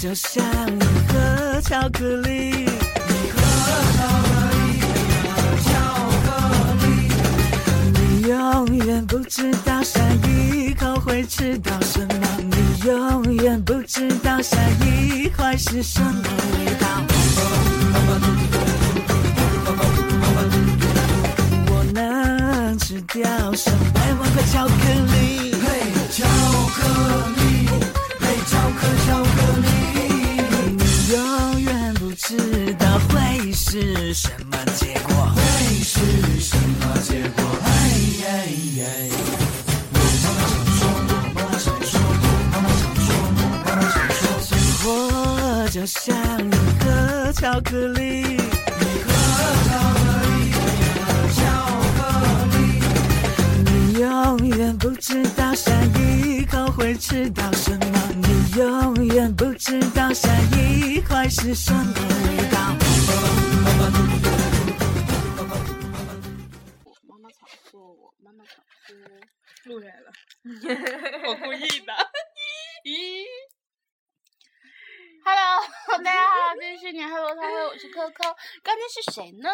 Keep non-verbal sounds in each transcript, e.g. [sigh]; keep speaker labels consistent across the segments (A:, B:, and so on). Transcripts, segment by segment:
A: 就像你和巧克力。你永远不知道下一口会吃到什么，你永远不知道下一块是什么味道。我能吃掉上百万块巧克力，嘿，巧克力，嘿，巧克巧克力。你永远不知道会是什么结果，会是什么结果？哎哎哎！生活就像一盒巧克力，一盒巧克力，巧克力。你永远不知道下一口会吃到什么，你永远不知道下一块是什么味道。
B: 我妈妈常说我，妈妈常说
C: 录下来了，
B: 我
C: [laughs] 我故意的。 [laughs] 咦， [laughs]
B: Hello，大家好，这里是年 Hello 咖啡，我是扣扣。刚才是谁呢？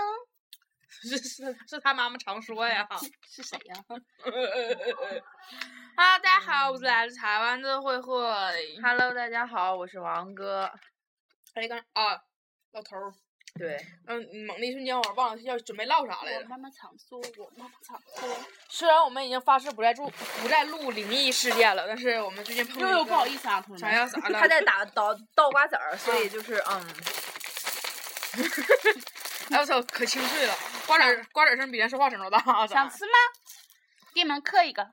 C: 是是是他妈妈常说 [laughs] 呀。
B: 是谁呀、
C: 哈喽，大家好，我是来自台湾的慧慧。
D: Hello，大家好，我是王哥。
C: 哎，刚啊，老头儿，
D: 对，
C: 嗯，猛的一瞬间，我忘了要准备唠啥来
B: 我
C: 了。
B: 妈妈常说我，妈妈常说。
C: 虽然我们已经发誓不再录不再录灵异事件了，但是我们最近碰
B: 又
C: 到
B: 有
C: 有
B: 不好意思啊，同志
C: 啥
B: 们。
C: [laughs] 呀啥了。
D: 他在打倒倒瓜子儿，所以就是嗯，
C: 哎我操，可清脆了，瓜子儿瓜子儿声比咱说话声都大。
B: 想吃吗？给你们刻一个。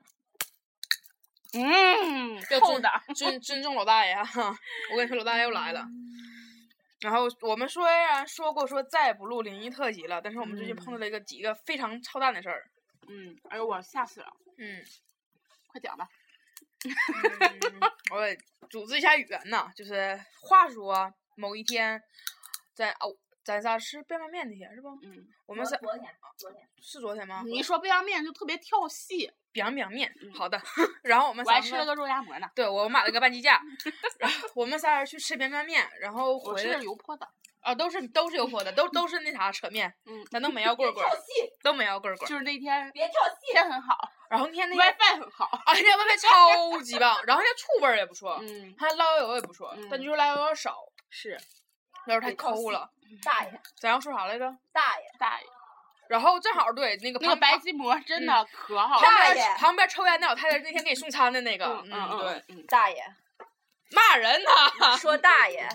B: 嗯，
C: 要
B: 扣的。
C: 尊尊尊重老大爷啊哈！我跟你说，老大爷又来了。然后我们虽然说过说再也不录灵异特辑了，但是我们最近碰到了一个几个非常操蛋的事儿。
B: 嗯，哎呦，我吓死了，
C: 嗯，
B: 快讲吧。
C: [laughs] 我得组织一下语言呐，就是话说某一天，咱哦，咱仨吃便当面那天是不？
B: 嗯，
C: 我们是
D: 昨天昨天
C: 是昨天吗？
B: 你一说便当面就特别跳戏，
C: 凉凉面，好的。 [laughs] 然后我们
B: 我还
C: 三
B: 吃了个
C: 个，
B: 肉夹馍呢，
C: 对我买了个半鸡架，然后我们仨人去吃便当面，然后
B: 我
C: 回
B: 吃
C: 来
B: 的油泼的。
C: 啊，都是都是油泼的，都都是那啥扯面，
B: 嗯，
C: 咱都没要棍儿棍儿，都没要棍儿棍儿。
B: [laughs] 就是那天
D: 别跳戏，
B: 天很好
C: 然后那天那个，
B: ，WiFi 很好。
C: 哎呀，外卖超级棒，然后那醋味儿也不错，
B: 嗯，
C: 它辣椒油也不错，
B: 嗯
C: 但就说辣椒油有点少，
B: 是
C: 有点太
D: 得靠
C: 抠
D: 近
C: 了。
D: 大爷
C: 咱要说啥来着？
D: 大爷，
B: 大爷，
C: 然后正好对那个嗯
B: 那个
C: 旁
B: 白吉馍真的可好
C: 旁
B: 了。
D: 大
C: 边
D: 爷
C: 旁边抽烟那老太太那天给你送餐的那个，
B: 嗯嗯
C: 对，
B: 嗯，
D: 大爷 [laughs]
C: 骂人呢。 [laughs]
D: 说大爷，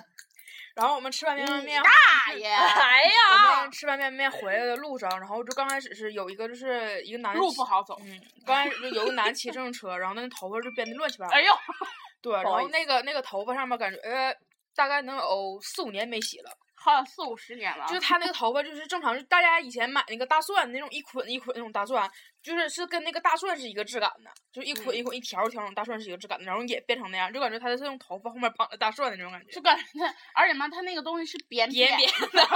C: 然后我们吃完面
B: 嗯
C: 面，
B: 大爷，
C: 嗯
D: 哎
C: 我们，吃完面面回来的路上，然后就刚开始是有一个就是一个男的
B: 路
C: 骑
B: 不好走。
C: 嗯，刚开始就有个男骑自行车，然后那头发就编的乱七八糟
B: 哎。呦，
C: 对，然
D: 不好
C: 后
D: 意
C: 那个那个头发上面感觉呃，大概能有四五年没洗了，
B: 好像四五十年了。啊
C: 就是他那个头发就是正常，就大家以前买那个大蒜那种一捆一捆那种大蒜，就是是跟那个大蒜是一个质感的，就一捆一捆一条一条那种大蒜是一个质感的，然后也变成那样，就感觉他是用头发后面绑着大蒜的那种感觉
B: 就。感觉它，而且嘛，它那个东西是扁
C: 扁扁
B: 的，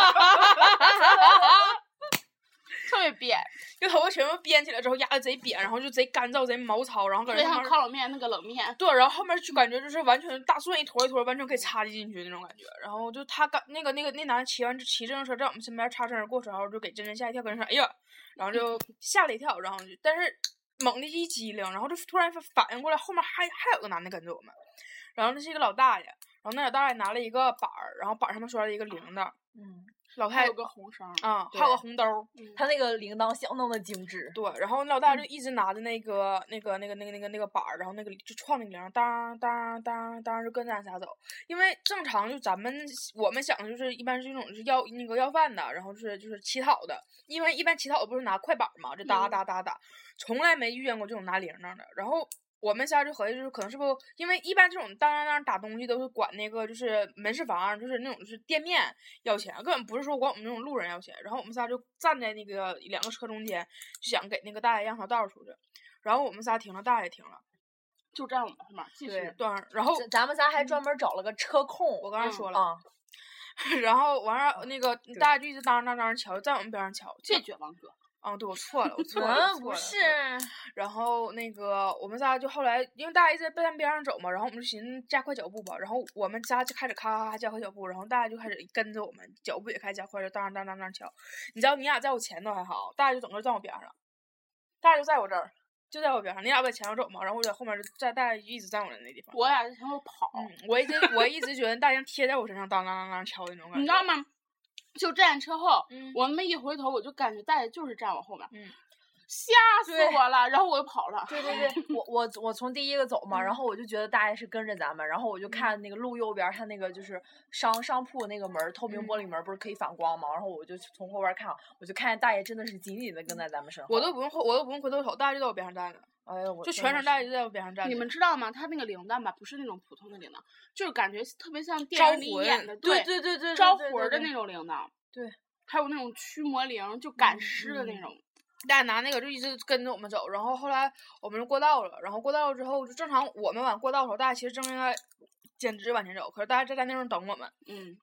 B: 特别扁，
C: 就头发全部编起来之后压的贼扁，然后就贼干燥、贼毛糙，然后
B: 特
C: 感
B: 别
C: 觉
B: 像
C: 后面
B: 烤冷面那个冷面。
C: 对，然后后面就感觉就是完全大蒜一坨一坨，完全可以插进去那种感觉。然后就他刚那个那个那男的骑完之骑自行车在我们身边擦身而过时候，就给真真吓一跳，跟人说哎呀，然后
B: 嗯
C: 就吓了一跳，然后就但是猛地一激灵，然后就突然反反应过来，后面还还有个男的跟着我们，然后那是一个老大爷，然后那老大爷拿了一个板儿，然后板儿上面拴了一个铃铛，
D: 嗯，
C: 老
B: 还
C: 太
B: 有个红绳儿，
C: 啊、还有
D: 对
C: 个红兜儿，
D: 他那个铃铛相当的精致，
C: 对，然后那老大
B: 嗯
C: 就一直拿着那个、那个、那个、那个、那个、那个板儿，然后那个就撞那个铃儿，当当当当，就跟咱仨走。因为正常就咱们我们想的就是一般是那种就是要那个要饭的，然后就是就是乞讨的，因为一般乞讨不是拿快板儿嘛，就哒哒哒哒，从来没遇见过这种拿铃铛的。然后我们仨就合计，就是可能是不是因为一般这种当当当打东西都是管那个就是门市房，就是那种就是店面要钱，根本不是说管我们这种路人要钱。然后我们仨就站在那个两个车中间，就想给那个大爷让条道儿出去。然后我们仨停了，大爷停了，
B: 就站我们后面，继续
D: 对。
C: 对，然后
D: 咱咱们仨还专门找了个车控，
C: 哦我刚才说了，
D: 啊，
B: 嗯
C: 然后完事儿那个大家就一直当当当瞧，在我们边上瞧，
B: 谢绝王哥，
C: 啊，对我错了，我错了，我
D: 嗯，
C: 错
D: 不
C: 了
D: 是，
C: 然后那个我们仨就后来，因为大家一直在奔边上走嘛，然后我们就寻思加快脚步吧，然后我们仨就开始咔咔咔加快脚步，然后大家就开始跟着我们，脚步也开始加快了，当当当当敲。你知道你俩在我前头还好，大家就整个站我边上，大家就在我这儿，就在我边上，你俩在前头走嘛，然后我在后面就在大家一直站我的那地方。
B: 我俩在前面跑，
C: 嗯，我已经我一直觉得大家贴在我身上当当当当敲的那种感觉，
B: 你知道？吗？就站车后，
C: 嗯，
B: 我那么一回头，我就感觉大爷就是站我后面，
C: 嗯
B: 吓死
D: 对
B: 我了，然后我就跑
C: [laughs]
B: 了。
D: 对对对，我我我从第一个走嘛，然后我就觉得大爷是跟着咱们，然后我就看那个路右边儿，他那个就是商商铺那个门儿，透明玻璃门儿不是可以反光吗？然后我就从后边儿看，我就看见大爷真的是紧紧的跟在咱们身后。
C: 我都不用后我都不用回头瞅，大家就在我边上站着，
D: 哎呦，我
C: 就
D: 真
C: 全
D: 的
C: 程大
D: 是
C: 家就在我边上站着。
B: 你们知道吗？它那个铃铛吧，不是那种普通的铃铛，就是感觉特别像
C: 招
B: 电影里
C: 魂
B: 演的，
D: 对对对对，
B: 招
D: 对
B: 魂儿的。
D: 对
B: 那种铃铛，
D: 对，
B: 还有那种驱魔铃，就赶尸的
D: 嗯
B: 那种。
C: 大家拿那个就一直跟着我们走，然后后来我们就过道了，然后过道了之后就正常我们往过道的时候，大家其实正应该简直往前走，可是大家就在那边等我们，
B: 嗯，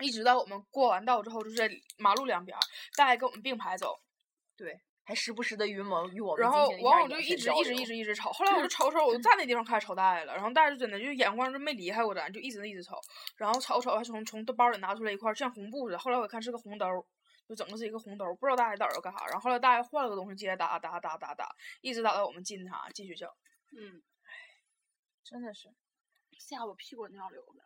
C: 一直到我们过完道之后，就是在马路两边儿，大家跟我们并排走，
D: 还时不时的与我们与我们
C: 然
D: 进
C: 后
D: 行一
C: 完
D: 下
C: 我就
D: 眼
C: 一
D: 神
C: 直
D: 交
C: 一直
D: 流
C: 一直一直瞅，后来我就瞅瞅，我就站那地方开始瞅大爷了，然后大爷就真的就眼光就没离开过咱，就一直一直瞅，然后瞅瞅还从从他包里拿出来一块儿像红布似的，后来我一看是个红兜儿。就整个是一个红兜儿，不知道大爷到底要干啥。然后后来大爷换了个东西，接着打打打打打，一直打到我们进他进学校。
B: 嗯，
D: 真的是，
B: 吓我屁滚尿流了。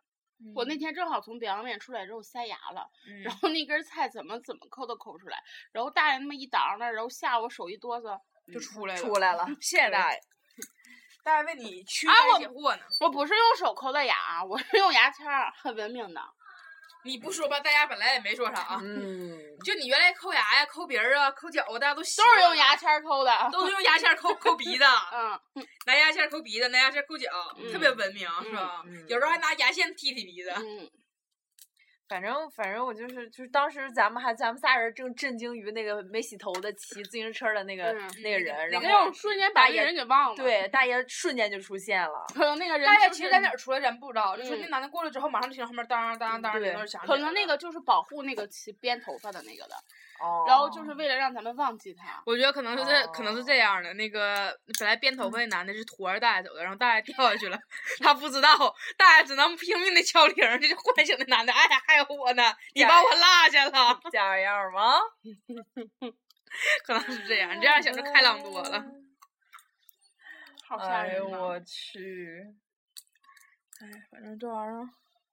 B: 我那天正好从北洋面出来之后塞牙了，
C: 嗯
B: 然后那根菜怎么怎么抠都抠出来，然后大爷那么一挡那，然后吓我手一哆嗦，
C: 就出来了，
D: 出来了，
C: 谢谢
D: 对
C: 大爷，大爷为你驱
B: 啊
C: 灾
B: 我
C: 解惑呢。
B: 我不是用手抠的牙，我是用牙签儿，很文明的。
C: 你不说吧，大家本来也没说啥，
D: 嗯，
C: 就你原来抠牙呀、抠鼻儿啊、抠脚啊，大家都都
B: 都是用牙，签儿抠的。
C: 都是用牙线儿抠抠鼻子，啊
B: 嗯，
C: 拿牙线儿抠鼻子，拿牙线儿抠脚，特别文明，是吧？
D: 嗯嗯
C: 有时候还拿牙线踢踢鼻子。
B: 嗯，
D: 反正反正我就是就是当时咱们还咱们仨人正震惊于那个没洗头的骑自行车的那个、
B: 嗯
D: 那个人，
C: 那
D: 然
C: 个
B: 没
D: 后
B: 有瞬间把
D: 大
B: 那
D: 爷
B: 个人给忘了。，
D: 对大爷瞬间就出现了，
B: 可能那个人
C: 大家
B: 就
C: 其
B: 是
C: 实在哪儿出来咱不知道，就说
B: 嗯
C: 那男的过来之后，马上就听到后面当当当当
D: 对
C: 那段响起来
B: 可
C: 了
B: 能那个就是保护那个齐编头发的那个的，
D: 哦，
B: 然后就是为了让咱们忘记他。
C: 我觉得可能是这，可能是这样的。那个本来编头发那男的是驮着大爷走的，然后大爷掉下去 [laughs] 了，他不知道，大爷只能拼命的敲铃儿，这就唤醒那男的，哎呀，还有我呢，你把我落下了， [laughs]
D: 这样吗？
C: 可能是这样。你这样想就开朗多了。
B: 好吓
D: 嗯哎
B: 人
D: 呦
B: 呐！
D: 我去，
C: 反正这玩意儿，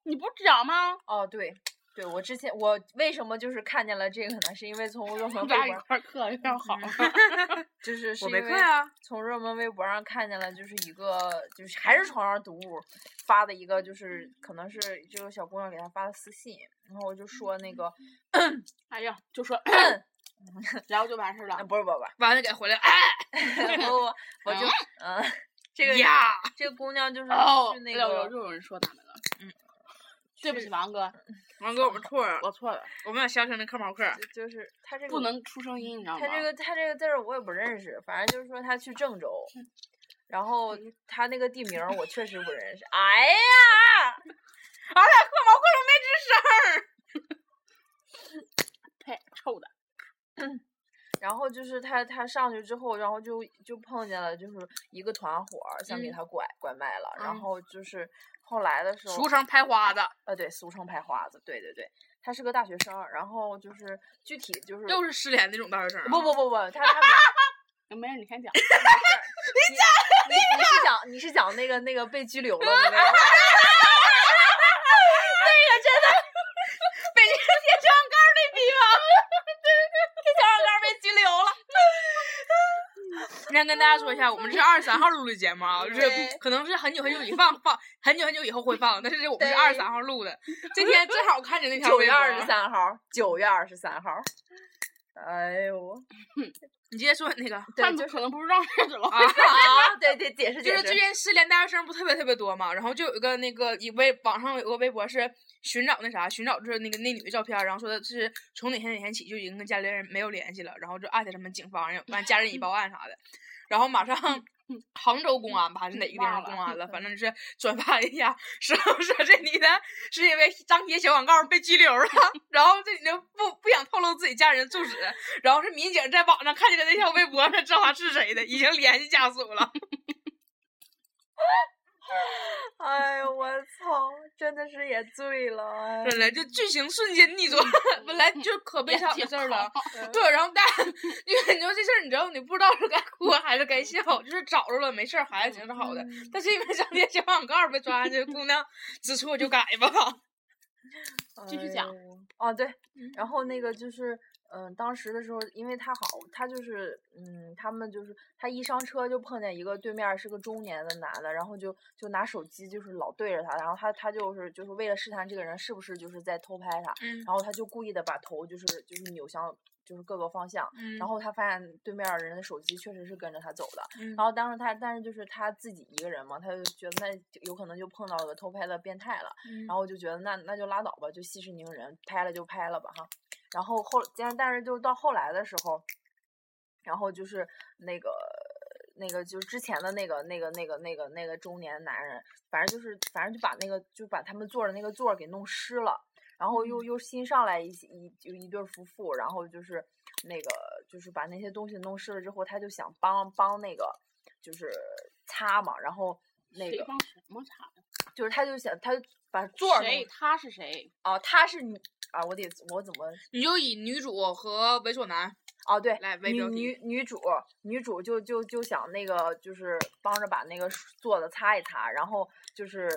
B: 你不讲吗？
D: 哦对。对，我之前我为什么就是看见了这个呢？是因为从 [laughs] 热门
B: 咱
D: 微
B: 俩一
D: 博，
B: 块儿嗑有点好。啊
D: 就是是
C: 我
D: 因
C: 没
D: 为
C: 看啊，
D: 从热门微博上看见了，就是一个就是还是床上读物发的一个，就是可能是这个小姑娘给他发的私信，然后我就说那个，
B: 哎呀，就说，然后就完事儿了
D: 啊、。不是不是不是，
C: 完了给回来，哎
D: [laughs] 我我就嗯，这个
C: 呀，
D: 这个姑娘就是 [laughs]
B: 哦，
D: 去那
B: 哎呦
D: 个
B: 又又有人说咱们了。嗯，对不起，
D: 去
B: 王哥，
C: 完给我们错了，
B: 我错了，
C: 我们俩相声的课毛课，
D: 就就是她这个
B: 不能出声音，你知道吗
D: 她？这个她这个字儿我也不认识，反正就是说她去郑州，然后她那个地名儿我确实不认识。哎呀，
B: 呸，臭的。
D: 然后就是她她上去之后，然后就就碰见了就是一个团伙儿想给
C: 嗯
D: 她拐、拐卖了，然
C: 嗯
D: 后就是后来的时候，
C: 俗称拍花子，
D: 呃对，俗称拍花子，对对对，她是个大学生，然后就是具体就是
C: 又是失联那种大学生啊。
D: 不不不不，她
C: [laughs]
D: 她不
B: 没事，你先讲。
D: 你你你是讲你是讲那个那个被拘留
C: [laughs]
D: 了那个？
C: 被那个铁上杆儿那逼吗？铁小上杆儿被拘留了。先跟大家说一下，我们这是二十三号录的节目啊，就是
D: 对
C: 可能是很久很久以放放，很久很久以后会放，但是我们是
D: 对
C: 二十三号录的。今天正好看见那条
D: 九
C: 微
D: 月
C: 博
D: 二十，三号，九月二十三号。哎
C: [laughs]
D: 呦，
C: 你接着说那个
B: 他
D: 对，
B: 们
D: 就是
B: 可能不知道这种。
C: 啊。
D: 啊，对对，解释
C: 就
D: 解
C: 是之
D: 释。
C: 前失联大学生不特别特别多嘛，然后就有一个那个一微网上有个微博是寻找那啥，寻找就是那个那女的照片儿，然后说的是从哪天哪天起就已经跟家里人没有联系了，然后就艾特什么警方，完家人
B: [laughs]
C: 一报案啥的，然后马上杭州公安吧还是哪个地方
B: 嗯忘
C: 公
B: 了嗯
C: 安了，反正是转发一下，说
B: [laughs]
C: 说这女的是因为张贴小广告被拘留了，然后这女的不不想透露露自己家人住址，然后是民警在网上看见了那条微博，才知道他是谁的，已经联系家属了。
D: 哎呦我操，真的是也醉了，哎
C: 真的，就剧情瞬间逆转，本来就可悲惨的事儿了。对，然后大家，因为你知道这事儿，你知道你不知道是该哭啊还是该笑，就是找着了没事儿，孩子情是好的。但是因为张贴小广告被抓进去，姑娘知错就改吧。
B: 继续讲
D: 哎呦。哦，对，
C: 嗯
D: 然后那个就是，嗯、当时的时候，因为他好，他就是，嗯，他们就是他一上车就碰见一个对面儿是个中年的男的，然后就就拿手机就是老对着他，然后他他就是就是为了试探这个人是不是就是在偷拍他，
C: [laughs] 嗯
D: 然后他就故意的把头就是就是扭向就是各个方向，
C: [laughs] 嗯
D: 然后他发现对面儿人的手机确实是跟着他走的，
C: 嗯
D: 然后当时他，但是就是他自己一个人嘛，他就觉得那就有可能就碰到个偷拍的变态了，
B: 嗯
D: 然后就觉得那那就拉倒吧，就息事宁人，拍了就拍了吧哈。然后后，但但是就到后来的时候，然后就是那个那个就是之前的那个那个那个那个那个中年男人，反正就是反正就把那个就把他们坐的那个座儿给弄湿了。然
B: 嗯
D: 后又又新上来一些一就一对儿夫妇，然后就是那个就是把那些东西弄湿了之后，他就想帮帮那个就是擦嘛，然后那
B: 谁
D: 个
B: 帮什么查？
D: 就是他就想他就把座儿弄
B: 谁？他是谁？
D: 哦，他是女啊，我得我怎么
C: 你就以女主和猥琐男，
D: 哦？对
C: 来，为
D: 女
C: 标题
D: 女女主女主就就就想那个就是帮着把那个座子擦一擦，然后就是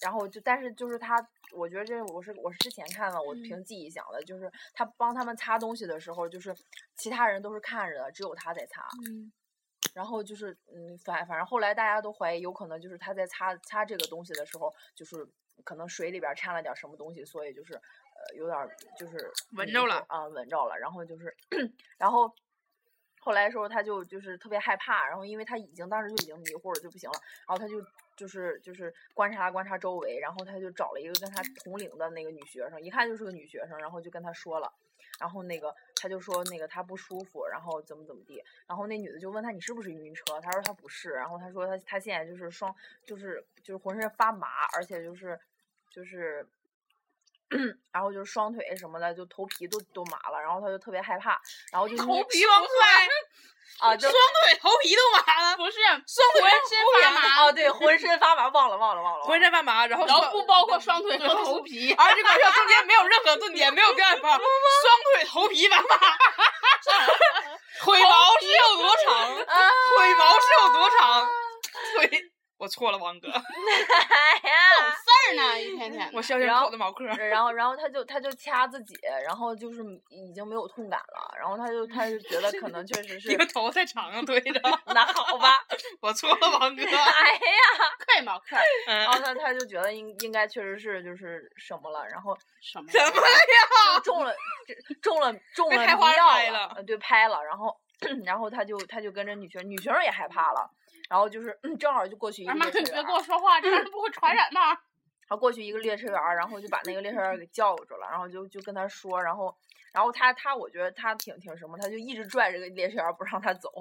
D: 然后就但是就是她，我觉得这我是我是之前看了，我凭记忆想的，就是她帮他们擦东西的时候，就是其他人都是看着的，只有她在擦。
C: 嗯，
D: 然后就是，嗯，反反正后来大家都怀疑，有可能就是他在擦擦这个东西的时候，就是可能水里边儿掺了点儿什么东西，所以就是呃有点儿就是
C: 闻
D: 嗯
C: 着
D: 就
C: 了
D: 啊、闻着了。然后就是，然后后来的时候他就就是特别害怕，然后因为他已经当时就已经迷糊了就不行了，然后他就就是就是观察观察周围，然后他就找了一个跟他同龄的那个女学生，一看就是个女学生，然后就跟他说了。然后那个他就说那个他不舒服，然后怎么怎么地，然后那女的就问他你是不是晕车，他说他不是，然后他说他他现在就是双就是就是浑身发麻，而且就是就是，然后就是双腿什么的就头皮都都麻了，然后他就特别害怕，然后就
C: 头
D: 捏
C: 皮往外，
D: 啊就
C: 双腿头皮都麻了，
B: 不是，
C: 双
D: [laughs]
C: 腿
B: 浑身发麻，
D: 啊对浑身发麻，忘了忘了忘
C: [laughs]
D: 了，
C: 浑身发麻，然后
B: 然后
C: 双
B: 不包
C: [laughs]
B: 括双腿和头皮。
C: 啊而这个票中间没有任何顿点，没有表演包，双腿头皮发麻，腿毛是有多长？
D: 啊
C: 腿毛是有多长？腿，我错了，王哥，
D: 哎
B: 有
D: 呀。
B: 事儿呢，一天天的。
C: 我消消
D: 然后
C: 口的毛克。
D: 然后，然后他就他就掐自己，然后就是已经没有痛感了，然后他就他就觉得可能
C: [laughs]
D: 确实是
C: 你们头太长了，对着。
D: 那好吧，
C: 我错了，王哥。
D: [laughs] 哎呀，
B: 快毛快
C: 嗯，
D: 然后他他就觉得应应该确实是就是什么了，然后
B: 什么？
C: 怎么
D: 就
C: [laughs]
D: 中了这中了中
C: 被
D: 了
C: 开花
D: 迷
C: 儿
D: 药
C: 拍
D: 了
C: 了，
D: 呃对，拍了，然后然后他就他就跟着女学生，女学生也害怕了，然后就是、嗯正好就过去一个
B: 哎妈，
D: 列车
B: 你
D: 员
B: 别
D: 儿，
B: 跟我说话，这玩意儿不会传染吗？
D: 然后过去一个列车员儿，然后就把那个列车员儿给叫住了，然后就就跟他说，然后然后他他我觉得他挺挺什么，他就一直拽着这个列车员儿不让他走，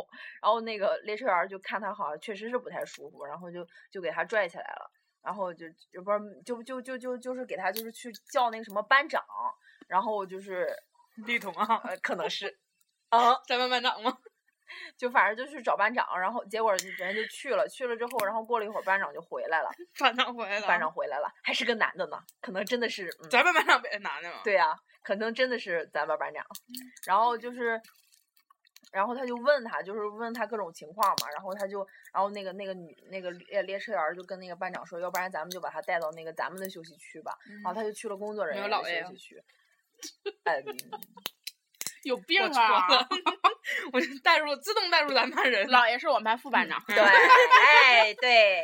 D: 然后那个列车员儿就看他好像确实是不太舒服，然后就就给他拽起来了，然后就就不是就就就就就是给他就是去叫那个什么班长，然后就是
C: 绿桶啊，
D: 呃可能是啊。
C: 三班班长吗？
D: 就反正就去找班长，然后结果就人就去了，去了之后，然后过了一会儿，班长就回来了，
C: 班长回来了。
D: 班长，回来了，还是个男的呢，可能真的是，嗯、
C: 咱班班长别男的吗？，
D: 对呀、啊可能真的是咱班班长。然后就是，然后他就问他，就是问他各种情况嘛。然后他就，然后那个那个女那个列列车员儿就跟那个班长说，要不然咱们就把他带到那个咱们的休息区吧。然后他就去了工作人
C: 没有
D: 员
C: 老爷
D: 的
C: 啊
D: 休息区。哎，
B: 有病
C: 我错
B: 啊！
C: 了，我就带入自动带入咱班人了。
B: 老爷是我们班副班长。
D: 嗯对，哎对，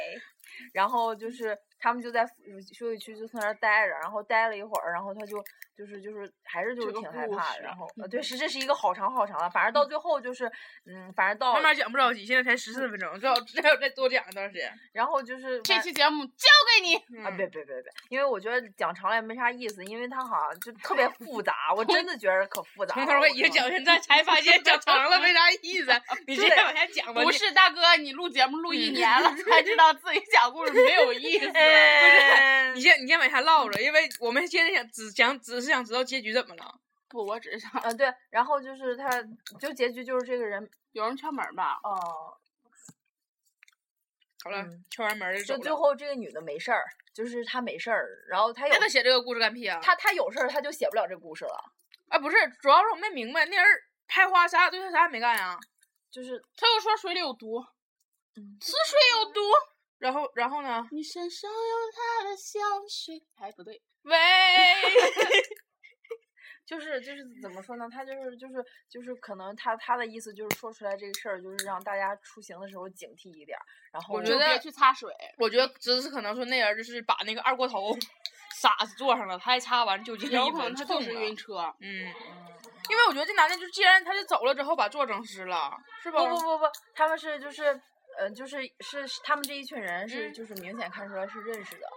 D: 然后就是他们就在休息区就在那儿待着，然后待了一会儿，然后他就就是就是还是就
B: 这
D: 是
B: 个
D: 挺害
B: 故
D: 怕
B: 事
D: 的，然后呃对是这是一个好长好长的，反正到最后就是嗯，反正到
C: 慢慢讲不着急，现在才十四分钟，最好最好再多讲一段时间。
D: 然后就是
B: 这
D: 反
B: 期节目交给你，
D: 啊
C: 嗯
D: 别别别别，因为我觉得讲长了也没啥意思，因为它好像就特别复
C: [laughs]
D: 杂，我真的觉得可复杂了。
C: 从头儿
D: 我
C: 我一直
D: 靠
C: 讲，现在才发现讲
D: [laughs]
C: 长了没啥意思。 [laughs] 你嗯直接
D: 对
C: 往下讲吧。
B: 不
C: 你，
B: 是大哥，你录节目录一年
C: [laughs]
B: 了，才知道自己讲故事没有意思。
D: 哎
C: 你先你先往下唠着，因为我们现在想只想只是想知道结局怎么了。
B: 不，我只是想
D: 啊，对，然后就是他，就结局就是这个人，
B: 有人敲门吧？
D: 哦、
C: 好了
D: 嗯，
C: 敲完门儿就
D: 就
C: 走
D: 最
C: 了。
D: 后这个女的没事儿，就是她没事儿，然后她有
C: 那他写这个故事干屁啊？
D: 她她有事儿，她就写不了这故事了，
C: 啊，不是，主要是我没明白那人儿拍花啥对他啥也没干啊呀、
D: 就是
B: 他又说水里有毒，
C: 是水有毒。然后，然后呢？
B: 你身上有他的香水。哎，不对，
C: 喂， [laughs]
D: 就是就是怎么说呢？她就是就是就是可能她她的意思就是说出来这个事儿，就是让大家出行的时候警惕一点儿。然后
C: 我觉
B: 就
C: 得
B: 别去擦水。
C: 我觉得只是可能说那人就是把那个二锅头撒子做上了，他一擦完酒精
B: 有
C: 一
B: 可能
C: 闻
B: 他
C: 就
B: 就
C: 动
B: 是
C: 了。
B: 晕车，
C: 嗯，因为我觉得这男的就既然他就走了之后把座整湿了，是吧？
D: 不不不不，他们是就是。呃，就是是是他们这一群人是
C: 嗯
D: 就是明显看出来是认识的，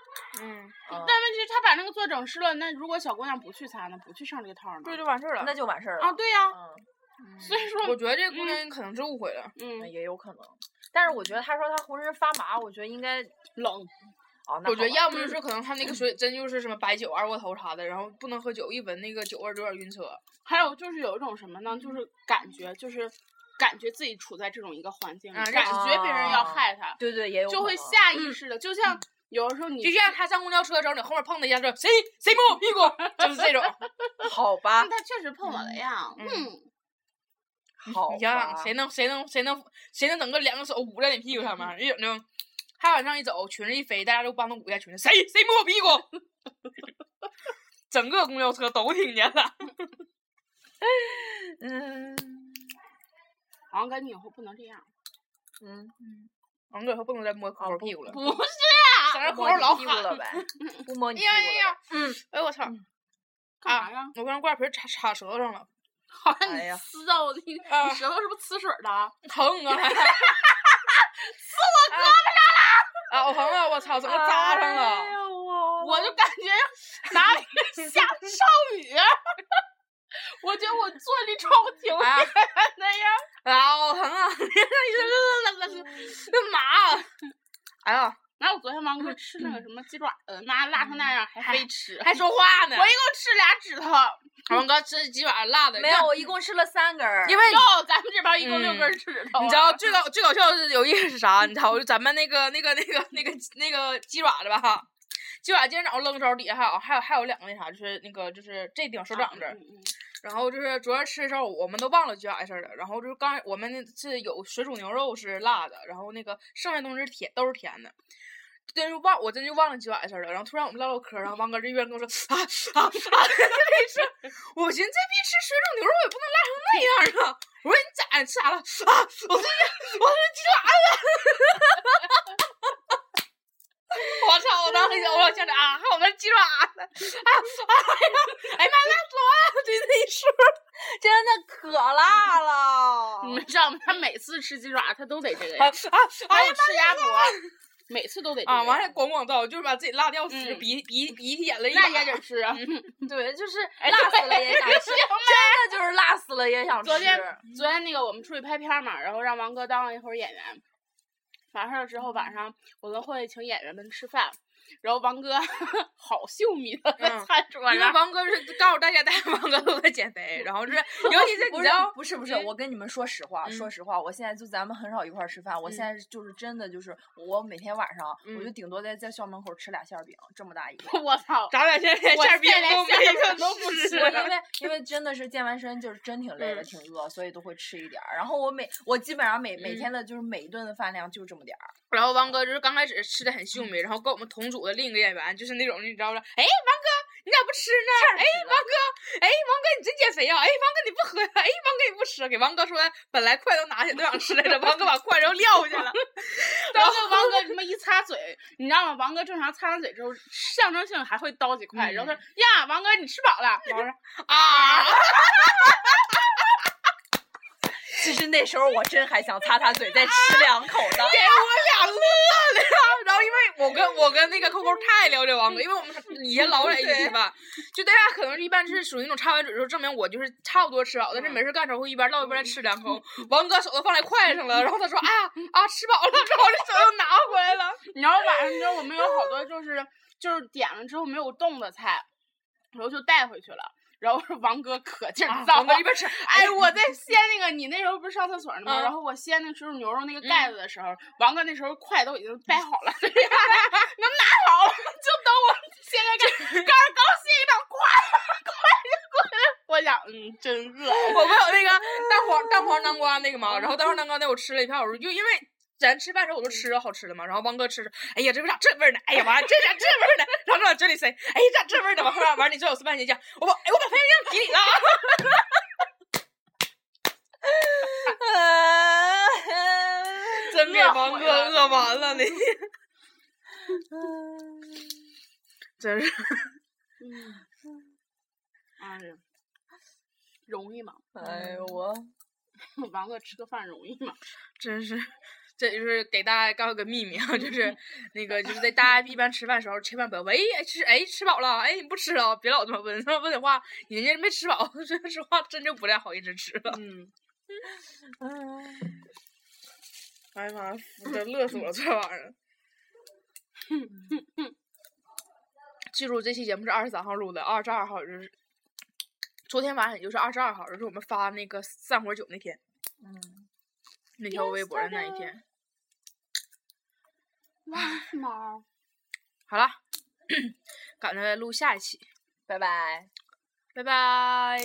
C: 嗯，
D: 嗯
B: 但问题是他把那个座整湿了，那如果小姑娘不去擦呢，不去上这个套呢？
C: 对，就完事儿了。
D: 那就完事儿了。
B: 啊，对呀、
D: 嗯，
B: 所以说，
C: 我觉得这姑娘可能是误会了。
D: 嗯
B: 嗯，
D: 也有可能。但是我觉得他说他浑身发麻，我觉得应该
B: 冷，
D: 哦，那
C: 我觉得
D: 好吧嗯
C: 要么就是可能他那个水真就是什么白酒、啊二锅头啥的，然后不能喝酒，一闻那个酒味儿就有点晕车。
B: 还有就是有一种什么呢？
C: 嗯
B: 就是感觉，就是感觉自己处在这种一个环境里，
C: 啊
B: 感觉别人要
D: 啊
B: 害他，
D: 对对也有
B: 就
D: 可
B: 会
D: 能
B: 下意识的，就像有的时候你
C: 就
D: 嗯
C: 像他上公交车的时候，你后面碰他一下，说谁谁摸我屁股，
D: [laughs]
C: 就是这种。
D: 好吧
B: 但，嗯他确实碰我了呀，
C: 嗯
B: 嗯，
D: 好吧，
C: 你想想，谁能谁能谁能谁能整个两个手捂在你屁股上面？一整就，他往上一走，裙子一飞，大家都帮他捂一下裙子，谁谁摸我屁股？ [laughs] 整个公交车都听见了。
D: 嗯
B: 好像感觉以后不能这样，
D: 嗯，哦
C: 王哥以后不能再摸抠抠屁股了，
B: 不 [laughs] 是，
C: 在那抠
D: 摸
C: 抠
D: 你
C: 老
D: 屁股了
C: 喊。
D: 呗，
C: [laughs]
D: 不摸
C: 哎
D: 你屁
C: 呀
D: 股
C: 哎
D: 了
C: 呀，嗯，哎呦我操！
B: 干嘛呀？ [laughs]
C: 我刚挂皮儿插插舌头上了，
B: 好像
D: 哎
B: 你
D: 呀
B: 撕到我的，你
C: 啊
B: 舌头是不是呲水儿的？
C: 疼 [laughs] 啊！还撕我胳膊上了！啊啊，我疼了，我操，怎
D: 呗，
C: 么扎上
D: 哎
C: 了？
D: 呀我
B: 我就感觉哪里下少雨， [laughs] 我觉得我坐立超挺
C: 哎呀
B: 的呀。
C: 啊，我疼啊！那麻啊！ [laughs] 哎呀，
B: 哪有昨天王哥吃那个什么鸡爪子，妈辣成那样还非吃，
C: 还说话呢！
B: 我一共吃俩指头。 [laughs]
C: 王哥吃几碗辣的，
D: 没有，我一共吃了三根儿，
C: 因为
B: 哟，咱们这边一共六
C: 嗯
B: 根指头啊，
C: 你知道最搞最搞笑的是有意思是啥？你知道，就 [laughs] 咱们那个那个那个那个那个鸡爪子吧哈，鸡爪今天早上扔手底下还有还有还有两个那啥，就是那个就是这顶手掌这儿
B: 嗯，嗯嗯
C: 然后就是昨天吃的时候，我们都忘了鸡爪的事儿了。然后就是刚我们那是有水煮牛肉是辣的，然后那个剩下东西是甜都是甜的。真就忘，我真就忘了鸡爪的事儿了。然后突然我们唠唠嗑儿，然后王哥这边跟我说啊啊啊，这是我寻思这逼吃水煮牛肉也不能辣成那样啊！我说你咋你吃啥了啊？我这我这鸡爪子。 [laughs] 我操！我当时我老想着啊，我那鸡爪子啊啊！哎呀哎妈，辣死我了！就那一瞬
D: 真的可辣了
B: 你，们知道吗？他每次吃鸡爪，他都得这个
C: 啊
B: 呀，
C: 啊！
B: 还
C: 哎
B: 有
C: 呀
B: 吃鸭脖，每次都得这
C: 啊！
B: 个
C: 完
B: 呀
C: 了咣咣造，就是把自己辣掉死，
B: 嗯
C: 鼻鼻鼻涕眼泪一把
B: 那也得吃
C: [laughs]
B: 啊。
C: 嗯
D: 对，就是
B: 哎
D: 辣死了也想
B: 对
D: 吃，真的就是辣死了也想吃。
B: 昨天昨天那个我们出去拍片儿嘛，然后让王哥当了一会儿演员。完事儿之后晚上，我跟慧慧请演员们吃饭，然后王哥 [laughs] 好秀米的在
C: 嗯
B: 餐桌
C: 因为
B: 上，
C: 王
D: [laughs]
C: 哥是告诉大家，大家王哥都在减肥，然后 [laughs] 就是，尤其是你
D: 不
C: 知
D: 是
C: 道，嗯
D: 不是不是，我跟你们说实话，说实话，我现在就咱们很少一块儿吃饭，我现
C: 嗯
D: 在就是真的就是，我每天晚上我就顶多在在校门口吃俩馅儿饼，这么大一个。
B: [laughs] 我操！
C: 咱俩现在
B: 我
C: 馅儿饼
B: 现在
C: 都
B: 馅儿
C: 没
B: 饼
C: [laughs] 个
B: 都不
C: 吃嗯
B: 吃
D: 我
C: [laughs]
D: 因为因为真的是健完身就是真挺累的，挺饿，所以都会吃一点儿。然后我每我基本上每每
C: 嗯
D: 天的就是每一顿的饭量就这么点儿。
C: 然后王哥就是刚开始吃的很秀美，然后跟我们同组的另一个演员就是那种你知道了，哎，王哥你咋不吃呢？哎，王哥，哎，王哥你真减肥啊？哎，王哥你不喝呀？哎，王哥你不吃？给王哥说本来筷都拿起来都想吃来着，王哥把筷都撂下了。
B: 然
C: [laughs]
B: 后王哥他妈一擦嘴，你知道吗？王哥正常擦完嘴之后，象征性还会叨几块，然后他说呀，王哥你吃饱了，王哥说
C: 嗯啊，
D: 其实那时候我真还想擦擦嘴
C: [laughs]
D: 再吃两口呢。
C: 给我俩乐的。然后因为我跟我跟
B: [laughs]
C: 那个扣扣太了解王哥，因为我们以前老在一起吧，就大家可能一般是属于那种插完嘴之后，证明我就是差不多吃饱，但是没事干时候会一边唠一边吃两
B: [laughs]
C: 口。王哥手都放在筷子上了，然后他说啊啊吃饱了，然后这手又拿回来了。
B: [laughs] 你知道晚上，你知道我们有好多就是就是点了之后没有动的菜，然后就带回去了。然后王哥可劲儿 [laughs]
C: 啊
B: 造
C: 往那
B: 了
C: 里， [laughs] 边吃，
B: 哎，我在掀那个，你那时候不是上厕所呢吗？
C: 嗯
B: 然后我掀那水煮牛肉那个盖子的时候，王哥那时候筷都已经掰好了， [laughs] 能
C: [laughs]
B: 拿好了，就等我掀开盖
C: [laughs]
B: 儿，盖儿刚掀一半，咵， [laughs] 筷就过来。我想，嗯，真饿。
C: [laughs] 我不有那个蛋黄蛋黄南瓜那个嘛，然后蛋黄南瓜那我吃了一片，我说就因为。咱吃饭时候我都吃了好吃的嘛，然后汪哥吃着，哎呀，这为啥这味儿呢？哎呀妈，这咋这味儿呢？然后往嘴里塞，哎呀，咋这味儿呢？完后来完，你知道我是半截酱，我把哎我把番茄酱挤里了啊。 [laughs] 真给王哥饿完了你， [laughs] 真是
B: 嗯， [laughs] 哎呀，容易吗？ [laughs]
D: 哎呦我，
B: 王哥吃个饭容易吗？
C: 真是，这就是给大家告诉个秘密啊，就是那个就是在大家一般吃饭时候，千万不要问，哎吃哎吃饱了，哎你不吃了，别老这么问， [laughs] 这么问的话，人家没吃饱， [laughs] 这实话真就不太好意思吃了。
B: 嗯，
C: 哎呀妈呀， [laughs] 真乐死我了，这玩意儿。 [laughs] 记住，这期节目是二十三号录的，二十二号就是昨天晚上，也就是二十二号，就是我们发那个散伙酒那天，
D: 嗯，
C: 那条微博的那一天。
B: [laughs] 猫。
C: 好了，赶着录下一期，
D: 拜拜。
C: 拜拜，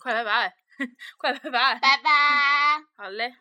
C: 快拜拜，快拜拜， [laughs]
B: 拜拜。
C: 好嘞。